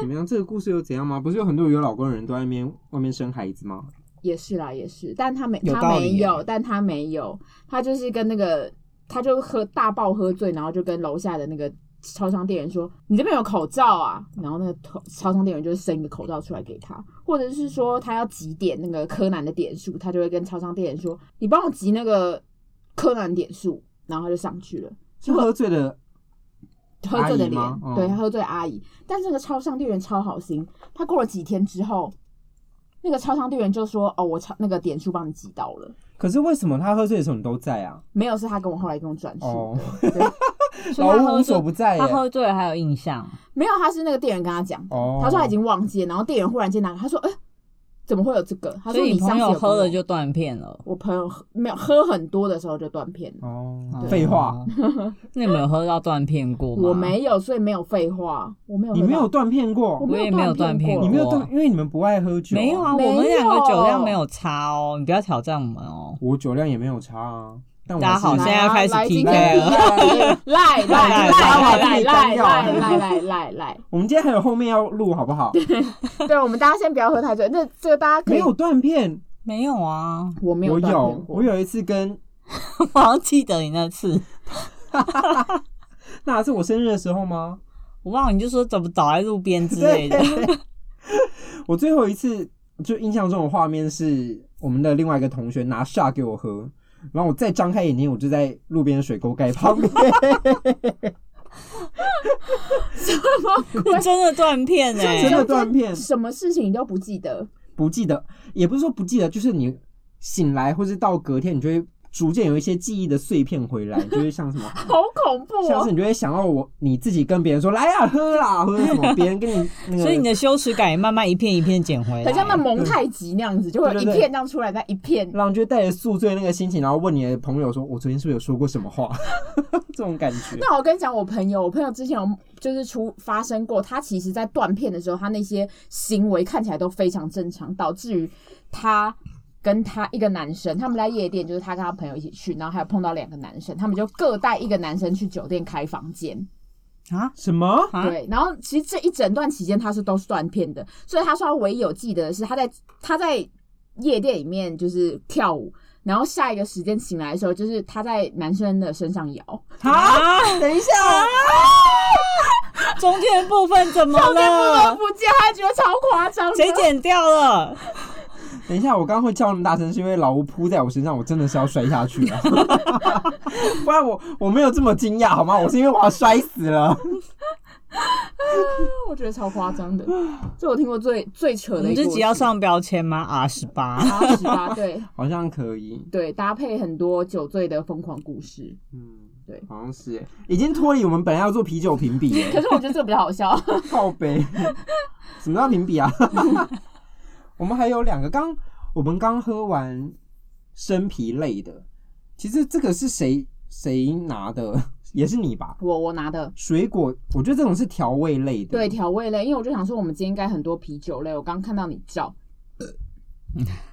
S1: 怎么样？这个故事又怎样吗？不是有很多有老公的人都在那边外面生孩子吗？
S2: 也是啦，也是，但他没，
S3: 有
S2: 他
S3: 道
S2: 没
S3: 理耶
S2: 有，但他没有，他就是跟那个，他就喝大爆喝醉，然后就跟楼下的那个超商店员说：“你这边有口罩啊？”然后那个头超商店员就会伸一个口罩出来给他，或者是说他要集点那个柯南的点数，他就会跟超商店员说：“你帮我集那个柯南点数。”然后他就上去了。
S1: 是喝醉的，
S2: 喝醉的
S1: 阿姨吗
S2: 脸，
S1: 嗯
S2: 对，喝醉阿姨。但这个超商店员超好心，他过了几天之后，那个超商店员就说：“哦，我超那个点数帮你集到了。
S1: 可是为什么他喝醉的时候你都在啊？”
S2: 没有，是他跟我后来跟我转述的。
S1: 哦，
S2: 对，
S3: 所以
S1: 老
S3: 他
S1: 屋
S3: 喝
S1: 哦无所
S3: 醉，
S1: 不在耶
S3: 他。喝醉了还有印象，
S2: 没有，他是那个店员跟他讲的。
S1: 哦，
S2: 他说他已经忘记了，然后店员忽然间拿，他说：“哎、怎么会有这个？”他
S3: 所
S2: 说：“
S3: 以你
S2: 上
S3: 朋
S2: 次有
S3: 友
S2: 跟
S3: 喝
S2: 我
S3: 了就断片了。
S2: 我朋友喝没有喝很多的时候就断片了，
S1: 哦，
S3: 哦
S1: 废话，，
S3: 那你们有喝到断片过吗？
S2: 我，没有，所以没有废话，我没有喝
S1: 你
S2: 到，
S1: 没有断片过
S2: 我，
S3: 我也没有断片
S2: 我
S1: 你没有
S3: 过
S1: 断，因为你们不爱喝酒。
S3: 没有啊，
S2: 没有
S3: 我们两个酒量没有差哦，你不要挑战我们哦。
S1: 我酒量也没有差啊。但我
S3: 大家好
S1: 是
S3: 现在要开始
S2: 来啊
S3: PK 了
S2: 来哎
S1: *laughs*
S2: 赖赖赖赖赖赖赖赖赖赖，
S1: 我们今天还有后面要录，好不
S3: *laughs*
S1: 好？
S2: 对我们大家先不要喝太醉，那这个大家可
S1: 没
S2: 以，
S1: 有断片，
S3: 没有啊，
S2: 我没有
S1: 我
S2: 断
S1: 有
S2: 片，过
S1: 我，有一次跟
S3: 我好像记得你那次，
S1: 那是我生日的时候吗？
S3: 我忘了你就说怎么倒在路边之类的。 *laughs*
S1: 我最后一次就印象中的画面是我们的另外一个同学拿下给我喝，然后我再张开眼睛，我就在路边水沟盖旁边。
S3: 你真的断片
S1: *laughs*
S3: 哎、
S1: 真的断片
S2: 什么事情你都不记得，
S1: 不记得，也不是说不记得，就是你醒来或是到隔天，你就会逐渐有一些记忆的碎片回来，就是像什么。
S3: *laughs*
S2: 好恐怖
S1: 像
S2: 哦
S1: 是！你就会想到我你自己跟别人说来啊喝啦，或者什么别人跟你那个，
S3: 所以你的羞耻感也慢慢一片一片捡回来。
S2: 很像那蒙太奇那样子，就会有
S1: 对
S2: 一
S1: 对对
S2: 片这样出来，再一片
S1: 然后你就带着宿醉那个心情，然后问你的朋友说：“我昨天是不是有说过什么话？” *laughs* 这种感觉。
S2: 那我跟你讲，我朋友，我朋友之前有就是出发生过，他其实在断片的时候，他那些行为看起来都非常正常，导致于他跟他一个男生，他们在夜店，就是他跟他朋友一起去，然后还有碰到两个男生，他们就各带一个男生去酒店开房间，
S3: 啊
S1: 什么？
S3: 啊，
S2: 对，然后其实这一整段期间他是都是断片的，所以他说他唯一有记得的是他在他在夜店里面就是跳舞。然后下一个时间醒来的时候，就是他在男生的身上摇，
S3: 啊，
S1: 等一下，
S3: 中间的部分怎么
S2: 都
S3: 了？
S2: 不见，他觉得超夸张的。
S3: 谁剪掉了？
S1: 等一下，我刚刚会叫那么大声，是因为老吴扑在我身上，我真的是要摔下去了。 *laughs* 不然我我没有这么惊讶好吗？我是因为我要摔死了。
S2: 我觉得超夸张的，这我听过最最扯
S3: 我
S2: 的
S3: 们
S2: 一个
S3: 这
S2: 故事。
S3: 集要上标签吗？R 十八，
S2: 八十八，对
S1: 好像可以，
S2: *laughs* 对，搭配很多酒醉的疯狂故事。
S1: 嗯，
S2: 对
S1: 好像是耶已经脱离我们本来要做啤酒评比耶
S2: 可 *laughs* 是我觉得这个比较好笑，
S1: 靠杯。什么叫评比啊？ *laughs* 我们还有两个，刚我们刚喝完生啤类的，其实这个是谁谁拿的？也是你吧？
S2: 我我拿的。
S1: 水果，我觉得这种是调味类的。
S2: 对调味类，因为我就想说，我们今天应该很多啤酒类。我刚看到你照，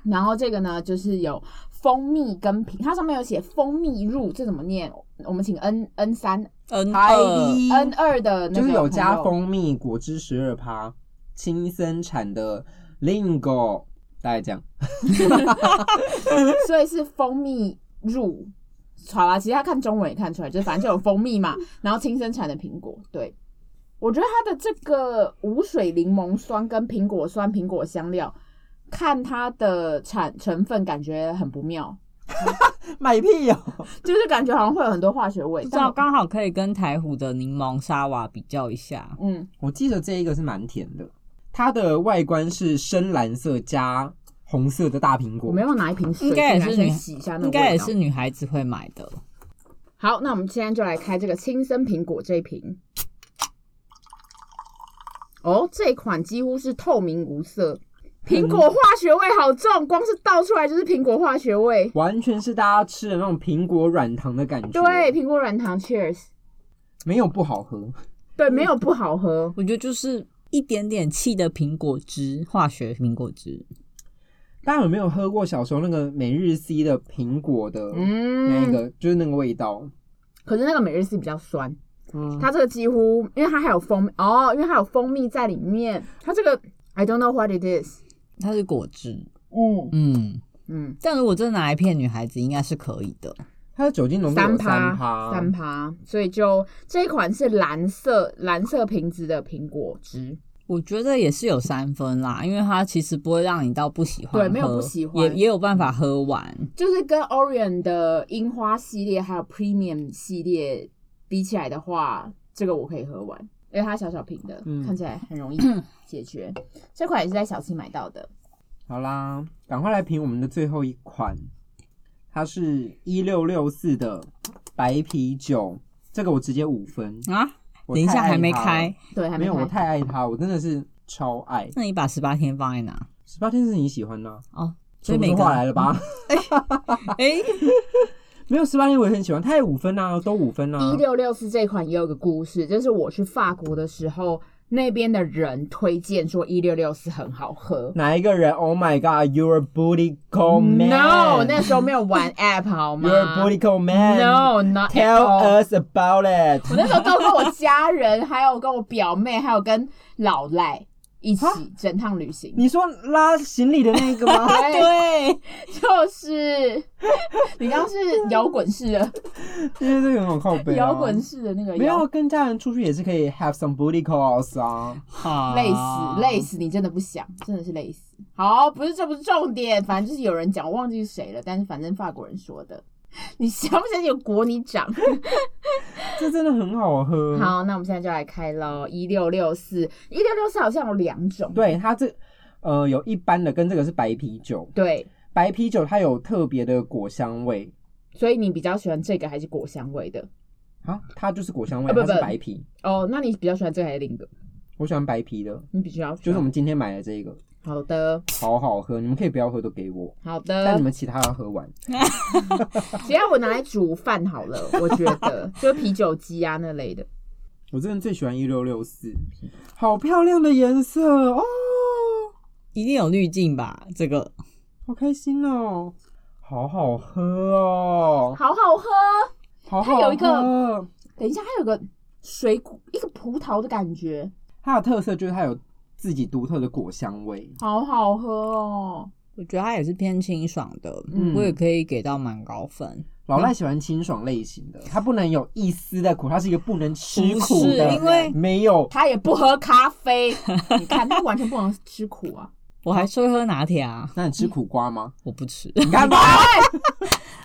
S2: 然后这个呢，就是有蜂蜜跟苹，它上面有写蜂蜜入，这怎么念？我们请 N N 三
S3: 嗯，
S1: 海
S3: 二
S1: 底
S2: N 二的那个
S1: 就是有加
S2: 朋友
S1: 蜂蜜、果汁十二趴、青森产的 Lingo，大概这样。
S2: 所以是蜂蜜入。好啦，其实他看中文也看出来，就是反正就有蜂蜜嘛，然后亲生产的苹果。对，我觉得它的这个无水柠檬酸跟苹果酸、苹果香料，看它的产成分感觉很不妙，
S1: 买屁哦哟、
S2: 就是感觉好像会有很多化学味。
S3: 不知
S2: 但
S3: 道
S2: 我
S3: 刚好可以跟台虎的柠檬沙瓦比较一下。
S2: 嗯，
S1: 我记得这一个是蛮甜的，它的外观是深蓝色加红色的大苹
S2: 我
S1: 果
S2: 们。要拿一瓶水，
S3: 应该也是
S2: 先
S3: 你
S2: 洗一下那个
S3: 应该也
S2: 味道
S3: 是女孩子会买的，
S2: 好，那我们现在就来开这个青森苹果这一瓶。哦，这一款几乎是透明无色，苹果化学味好重，光是倒出来就是苹果化学味。
S1: 完全是大家吃的那种苹果软糖的感觉，
S2: 对，，苹果软糖，Cheers。
S1: 没有不好喝，
S2: 对，没有不好喝，
S3: 我觉得就是一点点气的苹果汁，化学苹果汁。
S1: 大家有没有喝过小时候那个每日 C 的苹果的
S2: 嗯，
S1: 那个，就是那个味道？
S2: 可是那个每日 C 比较酸，
S1: 嗯，
S2: 它这个几乎，因为它还有蜂哦，因为它有蜂蜜在里面，它这个 I don't know what it is，
S3: 它是果汁，
S2: 嗯
S3: 嗯，
S2: 嗯，
S3: 但如果真的拿来骗女孩子，应该是可以的。
S1: 它的酒精浓度有
S2: 趴，
S1: 趴，
S2: 三趴，所以就这一款是蓝色蓝色瓶子的苹果汁，
S3: 我觉得也是有三分啦，因为它其实不会让你到不喜欢喝，
S2: 对没有不喜欢
S3: 也也有办法喝完。
S2: 就是跟 Orion 的樱花系列还有 Premium 系列比起来的话，这个我可以喝完，因为它小小瓶的，
S1: 嗯
S2: 看起来很容易解决。这款也是在小七买到的，
S1: 好啦，赶快来评我们的最后一款，它是一六六四的白啤酒，这个我直接五分。
S3: 啊，
S1: 我
S3: 等一下
S1: 太爱
S3: 还没
S1: 它了
S3: 开，
S2: 对，还
S1: 没有，我
S2: 开。
S1: 太爱它，我真的是超爱。
S3: 那你把十八天放在哪？
S1: 十八天是你喜欢的啊，
S3: 哦，
S1: 说
S3: 所以
S1: 不
S3: 每
S1: 出
S3: 个
S1: 话来了吧？
S3: *laughs* 哎，
S1: 没有十八天我也很喜欢，它也五分啊，都五分啊
S2: 一。六六四这款也有个故事，就是我去法国的时候，那边的人推荐说一六六四很好喝。
S1: 哪一个人？Oh my god，you're a booty call Oh, man。
S2: no，那啊时候没有玩 app 好
S1: *laughs*
S2: 吗
S1: you're a booty call man。
S2: No，not at all
S1: Tell us about it。
S2: 我那时候跟我家人，还有跟我表妹，还有跟老赖一起整趟旅行。
S1: 你说拉行李的那个吗？
S2: *laughs* 对，就是你刚刚是摇滚式的，
S1: 因为这个很好靠背、啊。
S2: 摇滚式的那个
S1: 没
S2: 摇
S1: 有，跟家人出去也是可以 have some booty calls 啊。
S3: 好，
S2: 累死，累死！你真的不想，真的是累死。好，不是这不是重点，反正就是有人讲，我忘记是谁了，但是反正法国人说的。你想不想有国你长？
S1: 这真的很好喝。，
S2: 好，那我们现在就来开喽，一六六四，一六六四好像有两种，
S1: 对它这呃有一般的跟这个是白啤酒，
S2: 对，
S1: 白啤酒它有特别的果香味
S2: 所以你比较喜欢这个还是果香味的？
S1: 啊，它就是果香味，
S2: 啊不
S1: 它是
S2: 不
S1: 白啤。
S2: 哦，那你比较喜欢这个还是另一个？
S1: 我喜欢白啤的，
S2: 你比较喜欢
S1: 就是我们今天买的这个，
S2: 好的，
S1: 好好喝，你们可以不要喝都给我，
S2: 好
S1: 但你
S2: 的，
S1: 们其他要喝完。
S2: 只要我拿来煮饭好了，我觉得就是啤酒鸡啊那类的。
S1: 我真的最喜欢一六六四，好漂亮的颜色哦，
S3: 一定有滤镜吧？这个
S1: 好开心哦，好好喝哦，
S2: 好好喝。
S1: 好好
S2: 它有一个
S1: 喝哦
S2: 等一下，它有个水果，一个葡萄的感觉，
S1: 它的特色就是它有自己独特的果香味。
S2: 好好喝哦。
S3: 我觉得它也是偏清爽的，
S1: 嗯
S3: 我也可以给到蛮高分。
S1: 老赖喜欢清爽类型的，它不能有一丝的苦，它是一个不能吃
S3: 不
S1: 苦
S3: 是
S1: 的，
S3: 因为
S1: 没有
S2: 他也不喝咖啡，你看他完全不能吃
S1: *laughs*
S2: 苦啊。
S3: 我还是会喝拿铁啊，
S1: 那你吃苦瓜吗？
S3: 我不吃。
S1: 你看吧，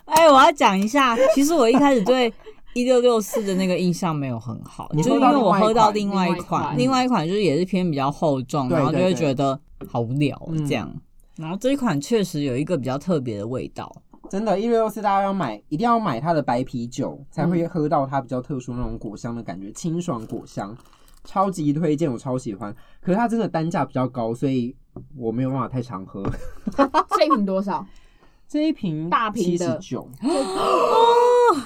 S3: 哎，我要讲一下，其实我一开始对一六六四的那个印象没有很好，
S1: 你
S3: 就是
S1: 喝到
S3: 因为我喝到
S1: 另
S3: 另
S2: 外
S3: 外
S2: 一
S3: 一
S2: 款
S3: 款，另外一款就是也是偏比较厚重，
S1: 对
S3: 然后就会
S1: 对对
S3: 觉得好无聊哦
S1: 嗯
S3: 这样。然后这一款确实有一个比较特别的味道，
S1: 真的，一六六四大家要买，一定要买它的白啤酒，才会喝到它比较特殊那种果香的感觉，清爽果香，超级推荐，我超喜欢。可是它真的单价比较高，所以我没有办法太常喝。
S2: 这一瓶多少？
S1: 这一瓶
S2: 大
S1: 七
S2: 瓶
S1: 十
S2: 的
S1: 九，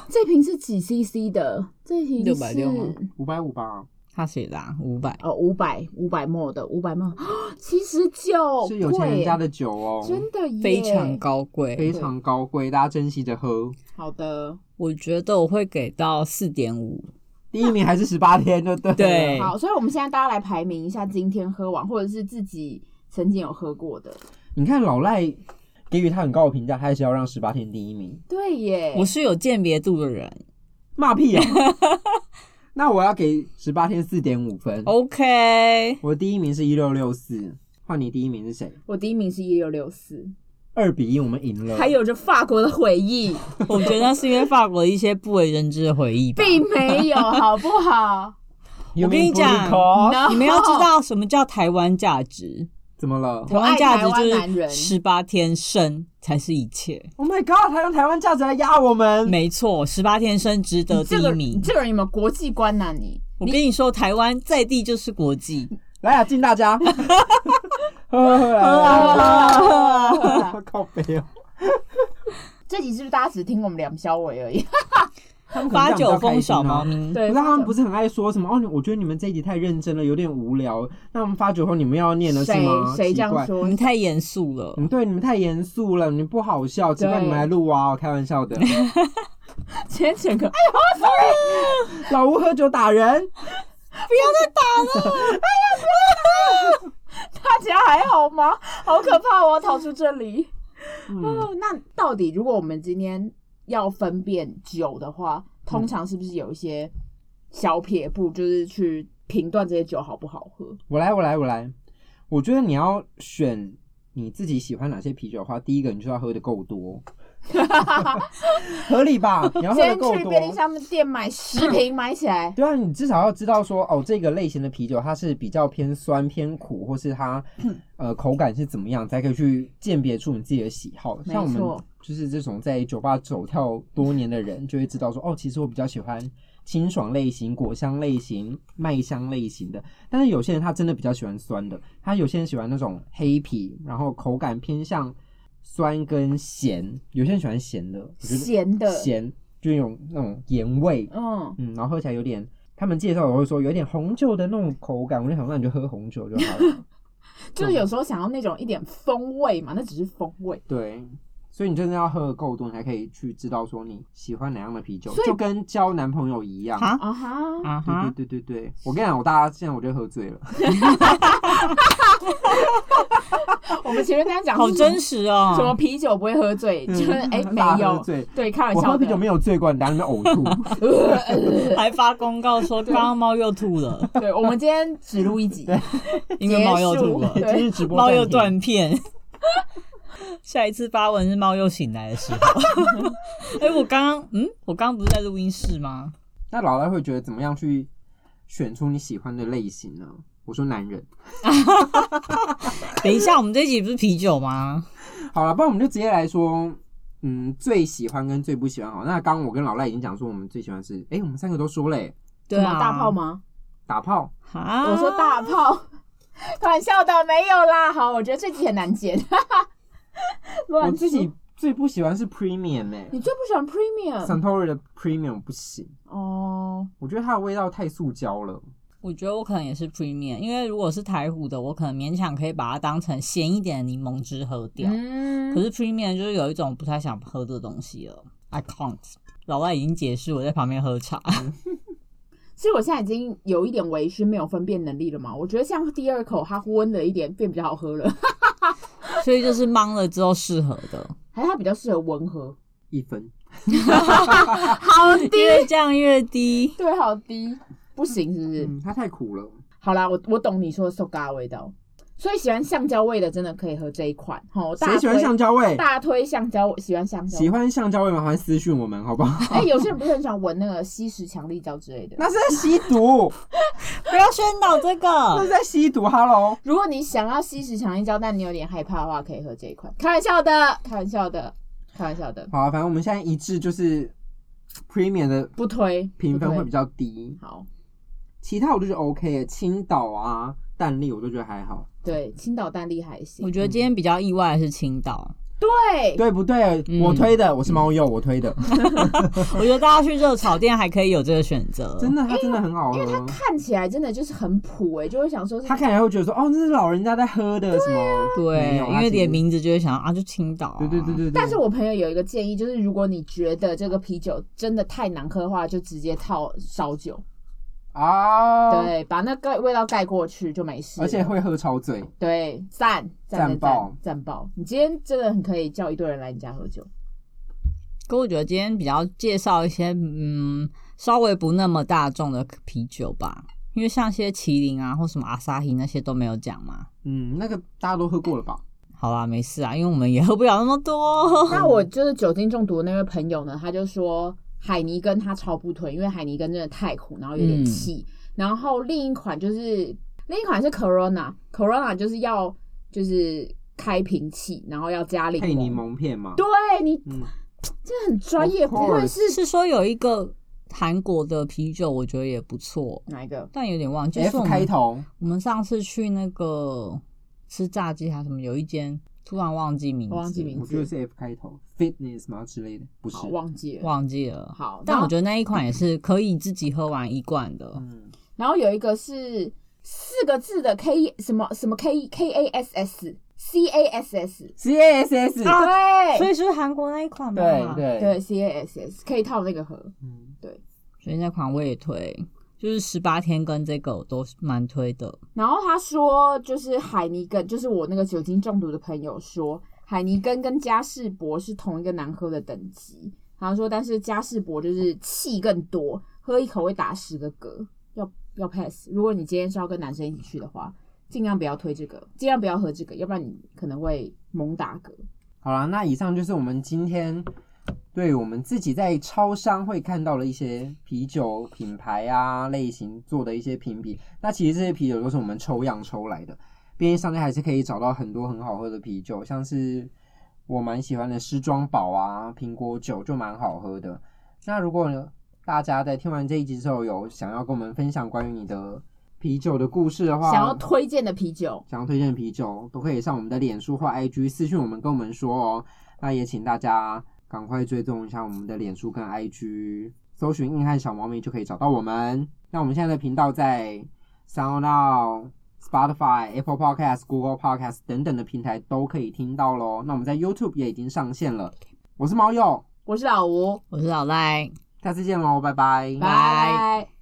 S2: 这瓶是几 CC 的？这瓶是
S3: 660吗
S1: 五百五吧，
S3: 它写的五百。
S2: 哦，五百五百 ml 的五百 ml，七哦十九，
S1: 是有钱人家
S2: 的，
S1: 的酒哦，
S2: 啊真的耶，
S3: 非常高
S1: 非
S3: 贵，
S1: 常高贵，大家珍惜着喝。
S2: 好的。
S3: 我觉得我会给到四点五。
S1: 第一名还是十八天，就对了
S3: 对
S2: 好，所以我们现在大家来排名一下今天喝完，或者是自己曾经有喝过的。
S1: 你看老赖给予他很高的评价，他还是要让十八天第一名，
S2: 对耶，
S3: 我是有鉴别度的人
S1: 骂屁啊！那我要给十八天四点五分。
S3: ，OK，
S1: 我第一名是一六六四，换你第一名是谁？
S2: 我第一名是一六六四，
S1: 二比一，我们赢了。
S2: 还有着法国的回忆，
S3: 我觉得那是因为法国一些不为人知的
S2: *laughs*
S3: 回忆吧。
S2: 并没有，好不好？
S1: You
S3: 我跟
S1: mean
S3: 你讲
S1: booty call？
S2: No
S3: 你们要知道什么叫台湾价值，
S1: 怎么了
S3: 台湾价值
S2: 我爱台湾男
S3: 就
S2: 人
S3: 是十八天生才是一切。
S1: ？Oh my god！他用台湾价值来压我们。
S3: 没错，十八天生值得第
S2: 这个
S3: 一
S2: 你
S3: 名。
S2: 这个人有没有国际观呐、你
S3: 我跟你说，台湾在地就是国际。
S1: 来啊，敬大家！喝喝喝啊
S2: 喝啊喝啊喝！
S1: 靠背哦，
S2: 这集是不是大家只听我们梁小伟而已？
S1: 他们可能这
S3: 八
S1: 样比较
S3: 九
S1: 开
S3: 风
S1: 心啊
S3: 小猫咪，
S2: 对
S1: 可是他们不是很爱说什么哦？你我觉得你们这一集太认真了，有点无聊。那我们发酒后你们要念的是
S2: 谁
S1: 吗？
S2: 谁这
S1: 奇
S2: 样
S1: 怪，
S3: 你
S2: 说
S3: 们？太严肃了
S1: 嗯，。对，你们太严肃了，你们不好笑，只怪你们来录啊！我开玩笑的，
S2: 今天整个
S1: 老吴喝酒打人，
S2: 大家还好 *laughs* 吗？好可怕！我要逃出这里。
S1: 嗯，
S2: 哦，那到底如果我们今天要分辨酒的话，通常是不是有一些小撇步，就是去评断这些酒好不好喝？
S1: 我来，我来，我来。我觉得你要选你自己喜欢哪些啤酒的话，第一个你就要喝的够 *laughs* 多，合理吧？你要喝的
S2: 先
S1: 够
S2: 去
S1: 多。
S2: 便利商店买十瓶买起来，
S1: 对啊，你至少要知道说，哦，这个类型的啤酒它是比较偏酸、偏苦，或是它
S2: 嗯
S1: 呃口感是怎么样，才可以去鉴别出你自己的喜好。
S2: 没
S1: 像我们
S2: 错
S1: 就是这种在酒吧走跳多年的人，就会知道说，哦，其实我比较喜欢清爽类型、果香类型、麦香类型的。但是有些人他真的比较喜欢酸的，他有些人喜欢那种黑啤，然后口感偏向酸跟咸，有些人喜欢咸的，我觉得
S2: 咸的，
S1: 咸就有那种盐味。
S2: 嗯，
S1: 嗯，然后喝起来有点，他们介绍我会说有点红酒的那种口感，我就想说那你就喝红酒就好了。
S2: *laughs* 嗯就是有时候想要那种一点风味嘛，那只是风味。
S1: 对，所以你真的要喝的够多，你才可以去知道说你喜欢哪样的啤酒
S2: 所，以
S1: 就跟交男朋友一样。
S3: 哈
S2: 啊哈，
S3: 啊
S1: 对对对对
S3: 哈，
S1: 对，我跟你讲，我大家现在我就喝醉了，
S2: *laughs* 我们前面这样讲
S3: 好真
S2: 实，
S3: 实
S2: *laughs* 什么
S3: 哦！
S2: 啤酒不会喝醉， *laughs* 就是哎
S1: *laughs*
S2: 没
S1: 大啊嗯家喝
S2: 有，
S1: 醉。
S2: 对，开玩
S1: 我
S2: 笑
S1: 喝
S2: 的。
S1: 啤酒没有醉过，你等下你们呕吐。 *laughs*
S3: 还发公告说刚刚猫又吐了，
S2: *laughs* 对，我们今天只录
S1: *laughs*
S2: 一集，
S3: 因为猫又吐
S2: 结束
S3: 了，
S1: 今日直播
S3: 猫又
S1: 暂停
S3: 断片。下一次发文是猫又醒来的时候。 *laughs* 哎、我刚刚嗯，我刚刚不是在录音室吗？
S1: 那老赖会觉得怎么样去选出你喜欢的类型呢？我说男人。
S3: 等一下，我们这一集不是啤酒吗？
S1: 好了，不然我们就直接来说，嗯，最喜欢跟最不喜欢好。那刚刚我跟老赖已经讲说，我们最喜欢是，哎、我们三个都说嘞、
S3: 对
S2: 什
S3: 啊，
S2: 么大炮？吗？
S1: 打炮，
S3: 啊，
S2: 我说大炮，开玩笑的，没有啦。好，我觉得这集很难剪，
S1: 我
S2: 乱
S1: 自己
S2: 说
S1: 最不喜欢是 Premium 哎、
S2: 你最不喜欢 premium
S1: Suntory 的 Premium 我不行，
S2: 哦，
S1: 我觉得它的味道太塑胶了。
S3: 我觉得我可能也是 premium，因为如果是台虎的，我可能勉强可以把它当成咸一点的柠檬汁喝掉。可
S2: 嗯，
S3: 是 premium 就是有一种不太想喝的东西了，I can't。老外已经解释，我在旁边喝茶。
S2: 其实我现在已经有一点微醺，没有分辨能力了嘛。我觉得像第二口它温了一点，变比较好喝了，
S3: 所以就是忙了之后适合的，
S2: 还是它比较适合温喝，
S1: 一分，
S2: 好低，
S3: 越降越低。
S2: 对，好低，不行是不是？
S1: 嗯，它太苦了。
S2: 好啦，我我懂你说的 soga 味道，所以喜欢橡胶味的真的可以喝这一款。吼，大
S1: 谁喜欢
S2: 推
S1: 橡胶味？
S2: 大推橡胶，喜欢橡胶。
S1: 喜欢橡胶味，麻烦私讯我们好不好？
S2: *laughs* 哎、有些
S1: *laughs*
S2: 人不是很喜欢闻那个吸食强力胶之类的。
S1: 那是在吸毒，
S3: 不要宣导这
S1: 那
S3: 个
S1: 是。在吸毒。Hello，
S2: 如果你想要吸食强力胶，但你有点害怕的话，可以喝这一款。开玩笑的，开玩笑的，开玩笑的，
S1: 好、啊，反正我们现在一致就是 Premium 的
S2: 不推，
S1: 评分
S2: 不
S1: 会
S2: 推
S1: 比较低。
S2: 好。
S1: 其他我就觉得 OK，耶青岛啊、蛋力我都觉得还好，
S2: 对，青岛蛋力还行
S3: 我。觉得今天比较意外的是青岛，
S2: 对，
S1: 对不对？
S3: 嗯
S1: 我推的，我是猫鼬，我推的，
S2: 嗯
S3: 我觉得大家去热炒店还可以有这个选择。
S1: 真的，它真的很好喝。
S2: 看起来真的就是很普哎、就会想说是
S1: 它看起来会觉得说，哦，这是老人家在喝
S2: 啊
S1: 的什么？
S3: 对，
S1: 没有它啊
S3: 因为
S1: 其实
S3: 连名字就会想到啊，就青岛、啊。
S1: 对对对对对。
S2: 但是我朋友有一个建议，就是如果你觉得这个啤酒真的太难喝的话，就直接套烧酒，
S1: 啊，，
S2: 对，把那个味道盖过去就没事了。
S1: 而且会喝超醉。
S2: 对，赞赞
S1: 赞爆
S2: 赞赞爆！你今天真的很可以叫一堆人来你家喝酒，
S3: 可我觉得今天比较介绍一些嗯稍微不那么大众的啤酒吧，因为像一些麒麟啊或什么阿萨希那些都没有讲嘛。
S1: 嗯，那个大家都喝过了吧？
S3: 好啦，没事啊，因为我们也喝不了那么多。 *laughs*
S2: 那我就是酒精中毒的那位朋友呢，他就说海尼根他超不推，因为海尼根真的太苦，然后有
S3: 嗯
S2: 点气。然后另一款就是另一款是 Corona，Corona 就是要就是开瓶器，然后要加柠
S1: 配柠
S2: 檬。
S1: 檬片嘛。
S2: 对你
S1: 嗯，
S2: 真的很专业，
S1: Of
S2: 不
S1: course
S2: 愧是
S3: 是说有一个韩国的啤酒，我觉得也不错，
S2: 哪一个？
S3: 但有点忘记。就是我
S1: F
S3: 们
S1: 开头，
S3: 我们上次去那个吃炸鸡还是什么，有一间突然忘记名字，
S2: 我忘记名字
S1: 我觉得是 F 开头，fitness 嘛之类的，不是
S2: 好，？忘记了。
S3: 忘记了。
S2: 好，
S3: 但
S2: 然
S3: 我
S2: 后
S3: 觉得那一款也是可以自己喝完一罐的，
S1: 嗯，
S2: 然后有一个是四个字的 K 什么什么 K K A S S C A S S，
S1: C A S S，
S2: 对
S3: 所以是韩国那一款吧？
S1: 对对
S2: 啊对 C A S S 可以套那个盒，
S1: 嗯
S3: 所以那款我也推，就是十八天跟这个我都蛮推的。
S2: 然后他说，就是海尼根，就是我那个酒精中毒的朋友说，海尼根跟嘉士伯是同一个难喝的等级。他说，但是嘉士伯就是气更多，喝一口会打十个嗝，要要 pass。如果你今天是要跟男生一起去的话，尽量不要推这个，尽量不要喝这个，要不然你可能会猛打嗝。
S1: 好啦，那以上就是我们今天对我们自己在超商会看到的一些啤酒品牌啊类型做的一些评比。那其实这些啤酒都是我们抽样抽来的，便利商店还是可以找到很多很好喝的啤酒，像是我蛮喜欢的诗庄宝啊、苹果酒就蛮好喝的。那如果呢大家在听完这一集之后有想要跟我们分享关于你的啤酒的故事的话，
S2: 想要推荐的啤酒，
S1: 想要推荐的啤酒，都可以上我们的脸书或 IG 私讯我们，跟我们说哦。那也请大家赶快追踪一下我们的脸书跟 IG，搜寻“硬汉小猫咪”就可以找到我们。那我们现在的频道在 SoundOn、Spotify、Apple Podcast、Google Podcast 等等的平台都可以听到喽。那我们在 YouTube 也已经上线了。我是猫鼬，
S2: 我是老吴，
S3: 我是老赖，
S1: 下次见喽，拜拜
S2: 拜拜。